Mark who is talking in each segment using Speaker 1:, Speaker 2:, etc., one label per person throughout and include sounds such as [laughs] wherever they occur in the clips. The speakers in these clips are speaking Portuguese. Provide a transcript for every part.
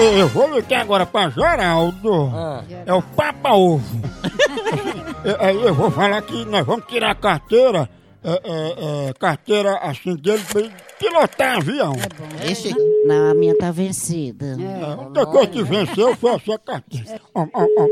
Speaker 1: Eu, eu vou ligar agora pra Geraldo. É o Papa Ovo. Eu- Aí eu vou falar que nós vamos tirar a carteira, é, é, é, carteira assim dele pra ele pilotar avião.
Speaker 2: Esse
Speaker 3: Não, a minha tá vencida.
Speaker 1: A única coisa que venceu foi a sua carteira. Ó, ó, ó,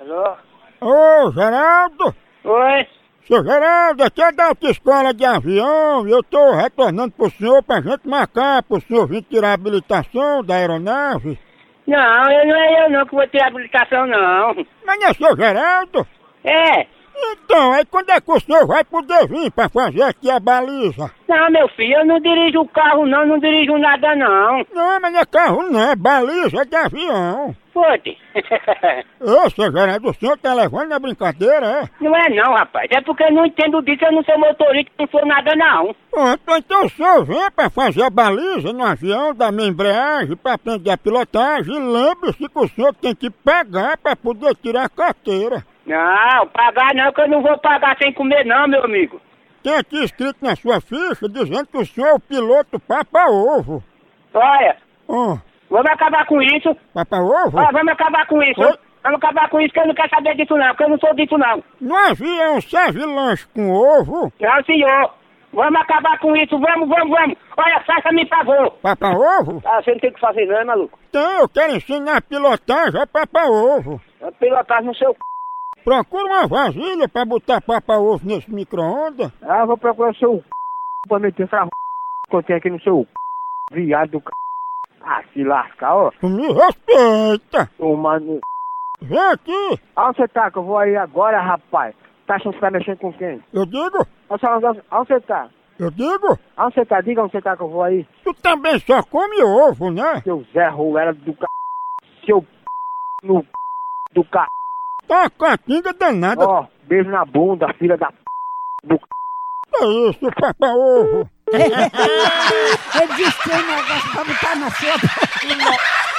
Speaker 1: ó.
Speaker 4: Alô?
Speaker 1: Ô, Geraldo!
Speaker 4: Oi?
Speaker 1: Seu Geraldo, aqui é da autoescola de avião e eu estou retornando pro senhor pra gente marcar pro senhor vir tirar a habilitação da aeronave.
Speaker 4: Não, eu não é eu não que vou ter habilitação, não.
Speaker 1: Mas não é seu Geraldo?
Speaker 4: É.
Speaker 1: Então, aí quando é que o senhor vai poder vir pra fazer aqui a baliza?
Speaker 4: Não, meu filho, eu não dirijo o carro, não, não dirijo nada, não.
Speaker 1: Não, mas não é carro não, é baliza de avião.
Speaker 4: Foda.
Speaker 1: Ô, seu Geraldo, o senhor tá levando na brincadeira, é?
Speaker 4: [laughs] Não é não, rapaz. É porque eu não entendo disso, eu não sou motorista, não sou nada, não.
Speaker 1: Pronto, então o senhor vem pra fazer a baliza no avião da minha embreagem pra aprender a pilotagem e lembre-se que o senhor tem que pagar pra poder tirar a carteira.
Speaker 4: Não, pagar não, que eu não vou pagar sem comer, não, meu amigo.
Speaker 1: Tem aqui escrito na sua ficha dizendo que o senhor é o piloto Papa Ovo.
Speaker 4: Olha,
Speaker 1: Ó,
Speaker 4: vamos acabar com isso.
Speaker 1: Papa Ovo?
Speaker 4: Ó, vamos acabar com isso.
Speaker 1: Oi?
Speaker 4: Vamos acabar com isso, que eu não quero saber disso, não, que eu não sou disso, não.
Speaker 1: No avião serve lanche com ovo?
Speaker 4: Não, senhor. Vamos acabar com isso, vamos, vamos, vamos. Olha, faça-me favor.
Speaker 1: Papa Ovo?
Speaker 4: Ah, você não tem o que fazer não, é maluco?
Speaker 1: Tem, Então, eu quero ensinar a pilotagem a Papa Ovo.
Speaker 4: É Pilotar no seu c...
Speaker 1: Procura uma vasilha pra botar Papa Ovo nesse micro-ondas.
Speaker 4: Ah, vou procurar o seu c... pra meter essa r... que eu tenho aqui no seu c... Viado do c... Ah, se lascar, ó.
Speaker 1: Tu me respeita.
Speaker 4: Tomando...
Speaker 1: Vem aqui.
Speaker 4: Aonde você tá? Que eu vou aí agora, rapaz. Tá achando que tá mexendo com quem?
Speaker 1: Eu digo,
Speaker 4: Aonde você- aonde você tá?
Speaker 1: eu digo.
Speaker 4: Aonde você tá? Diga onde você tá que eu vou aí.
Speaker 1: Tu também só come ovo, né?
Speaker 4: Seu Zé Ruela do c... Seu c... No c... do c...
Speaker 1: Tá uma catinga danada.
Speaker 4: Ó, beijo na bunda, filha da p... do c...
Speaker 1: Que isso, Papa Ovo?
Speaker 2: eu disse que o negócio pra botar na sopa.